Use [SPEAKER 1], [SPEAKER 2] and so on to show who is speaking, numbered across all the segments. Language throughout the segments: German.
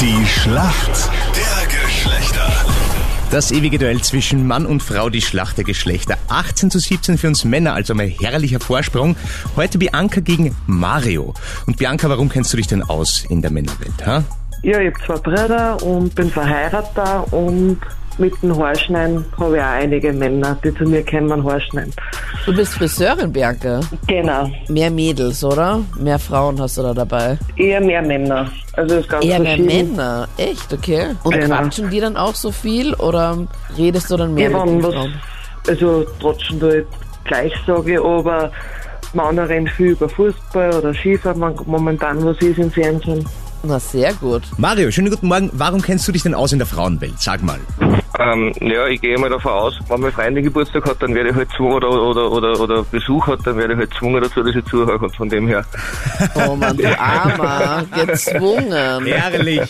[SPEAKER 1] Die Schlacht der Geschlechter.
[SPEAKER 2] Das ewige Duell zwischen Mann und Frau, die Schlacht der Geschlechter. 18 zu 17 für uns Männer, also ein herrlicher Vorsprung. Heute Bianca gegen Mario. Und Bianca, warum kennst du dich denn aus in der Männerwelt? Ha?
[SPEAKER 3] Ja, ich habe zwei Brüder und bin verheiratet und mit dem Haarschneiden habe ich auch einige Männer, die zu mir kommen, Haarschneiden.
[SPEAKER 4] Du bist Friseurin, Bianca.
[SPEAKER 3] Genau,
[SPEAKER 4] Mehr Mädels, oder? Mehr Frauen hast du da dabei.
[SPEAKER 3] eher mehr Männer. Also das ist ganz
[SPEAKER 4] Eher mehr
[SPEAKER 3] verschieden.
[SPEAKER 4] Männer. Echt, okay. Und
[SPEAKER 3] Genau.
[SPEAKER 4] quatschen die dann auch so viel oder redest du dann mehr
[SPEAKER 3] Ich
[SPEAKER 4] mit
[SPEAKER 3] wann
[SPEAKER 4] den
[SPEAKER 3] was,
[SPEAKER 4] Frauen?
[SPEAKER 3] also trotzdem da ich gleich sage, aber Männer reden viel über Fußball oder Skifahren, man- momentan was ist im Fernsehen.
[SPEAKER 4] Na, sehr gut.
[SPEAKER 2] Mario, schönen guten Morgen. Warum kennst du dich denn aus in der Frauenwelt? Sag mal.
[SPEAKER 5] Ähm, ja, ich gehe mal davon aus, wenn mein Freund den Geburtstag hat, dann werde ich halt zwungen oder, oder, oder, oder Besuch hat, dann werde ich halt zwungen dazu, dass ich zuhöre. Und von dem her,
[SPEAKER 4] Oh Mann, du Armer. Gezwungen.
[SPEAKER 2] Herrlich.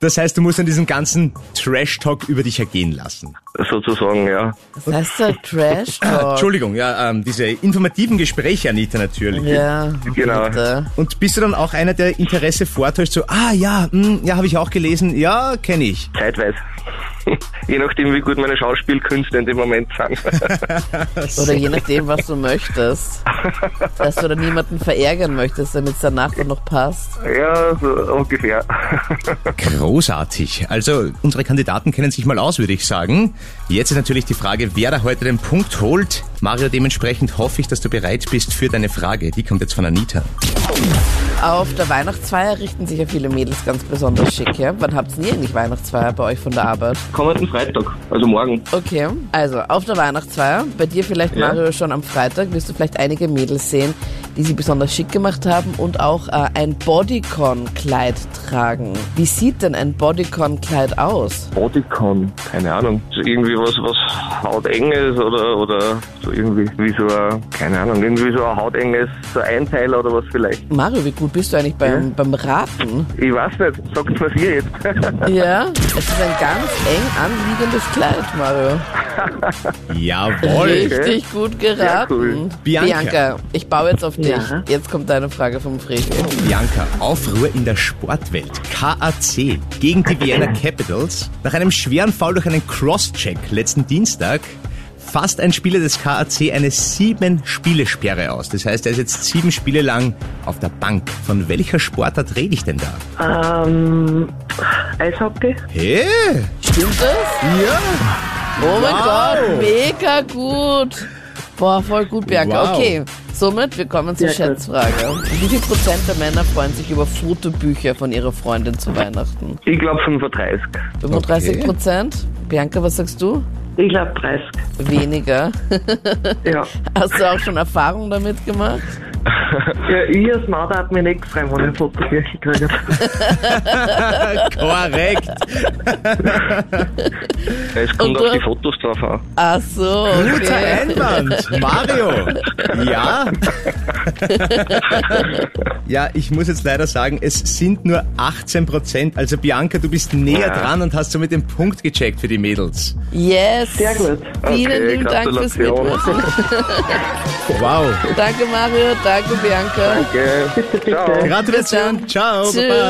[SPEAKER 2] Das heißt, du musst dann diesen ganzen Trash-Talk über dich ergehen lassen.
[SPEAKER 5] sozusagen, ja.
[SPEAKER 4] Das heißt der Trash-Talk.
[SPEAKER 2] Entschuldigung, ja, ähm, diese informativen Gespräche, Anita, natürlich.
[SPEAKER 4] Ja,
[SPEAKER 5] Genau.
[SPEAKER 4] bitte.
[SPEAKER 2] Und bist du dann auch einer, der Interesse vortäuscht, so, ah ja, hm, ja, habe ich auch gelesen, ja, kenne ich.
[SPEAKER 5] Zeitweise. Je nachdem, wie gut meine Schauspielkünste in dem Moment sind.
[SPEAKER 4] Oder je nachdem, was du möchtest. Dass du dann niemanden verärgern möchtest, damit es danach dann noch passt.
[SPEAKER 5] ja, so ungefähr.
[SPEAKER 2] Großartig. Also unsere Kandidaten kennen sich mal aus, würde ich sagen. Jetzt ist natürlich die Frage, wer da heute den Punkt holt. Mario, dementsprechend hoffe ich, dass du bereit bist für deine Frage. Die kommt jetzt von Anita.
[SPEAKER 4] Auf der Weihnachtsfeier richten sich ja viele Mädels ganz besonders schick, ja? Wann habt ihr eigentlich Weihnachtsfeier bei euch von der Arbeit?
[SPEAKER 5] Kommenden Freitag, also morgen.
[SPEAKER 4] Okay, also auf der Weihnachtsfeier, bei dir vielleicht,
[SPEAKER 5] Ja.
[SPEAKER 4] Mario, schon am Freitag, wirst du vielleicht einige Mädels sehen, die sie besonders schick gemacht haben und auch äh, ein Bodycon-Kleid tragen. Wie sieht denn ein Bodycon-Kleid aus?
[SPEAKER 5] Bodycon, keine Ahnung. So irgendwie was, was hautenges oder, oder so irgendwie, wie so ein, keine Ahnung, irgendwie so ein hautenges, so Einteiler oder was vielleicht.
[SPEAKER 4] Mario, wie gut bist du eigentlich beim, beim Raten?
[SPEAKER 5] Ich weiß nicht, sagt man hier jetzt.
[SPEAKER 4] Ja, es ist ein ganz eng anliegendes Kleid, Mario.
[SPEAKER 2] Jawohl.
[SPEAKER 4] Richtig gut geraten.
[SPEAKER 5] Sehr cool.
[SPEAKER 2] Bianca.
[SPEAKER 4] Bianca, ich baue jetzt auf dich.
[SPEAKER 3] Ja.
[SPEAKER 4] Jetzt kommt deine Frage vom Fredi.
[SPEAKER 2] Bianca, Aufruhr in der Sportwelt. KAC gegen die Vienna Capitals. Nach einem schweren Foul durch einen Crosscheck letzten Dienstag fasst ein Spieler des KAC eine sieben Spielesperre aus. Das heißt, er ist jetzt sieben Spiele lang auf der Bank. Von welcher Sportart rede ich denn da?
[SPEAKER 3] Ähm, Eishockey?
[SPEAKER 2] Hey!
[SPEAKER 4] Stimmt das?
[SPEAKER 2] Ja!
[SPEAKER 4] Oh mein
[SPEAKER 2] Wow.
[SPEAKER 4] Gott, mega gut. Boah, voll gut, Bianca.
[SPEAKER 2] Wow.
[SPEAKER 4] Okay, somit, wir kommen zur
[SPEAKER 3] Sehr gut.
[SPEAKER 4] Schätzfrage. Wie viel Prozent der Männer freuen sich über Fotobücher von ihrer Freundin zu Weihnachten?
[SPEAKER 5] Ich glaube 35.
[SPEAKER 4] 35
[SPEAKER 2] Okay.
[SPEAKER 4] Prozent? Bianca, was sagst du?
[SPEAKER 3] Ich glaube 30.
[SPEAKER 4] Weniger.
[SPEAKER 3] Ja.
[SPEAKER 4] Hast du auch schon Erfahrung damit gemacht?
[SPEAKER 3] ja ich als Mann darf mich nicht freuen, wenn ich ein Foto gekriegt habe.
[SPEAKER 2] Korrekt!
[SPEAKER 5] Es kommt
[SPEAKER 4] Und
[SPEAKER 5] auf die
[SPEAKER 4] du-
[SPEAKER 5] Fotos drauf an.
[SPEAKER 4] Ach so,
[SPEAKER 2] Guter
[SPEAKER 4] okay.
[SPEAKER 2] Einwand! Mario! Ja? Ja, ich muss jetzt leider sagen, es sind nur 18 Prozent. Also Bianca, du bist näher
[SPEAKER 5] Ja.
[SPEAKER 2] dran und hast somit den Punkt gecheckt für die Mädels.
[SPEAKER 4] Yes.
[SPEAKER 3] Sehr gut.
[SPEAKER 4] Vielen lieben Dank fürs Mitmachen.
[SPEAKER 2] Wow.
[SPEAKER 4] Danke Mario, danke Bianca.
[SPEAKER 5] Danke.
[SPEAKER 3] Bitte, bitte.
[SPEAKER 5] Ciao.
[SPEAKER 2] Gratulation. Ciao.
[SPEAKER 4] Tschüss.
[SPEAKER 2] Baba.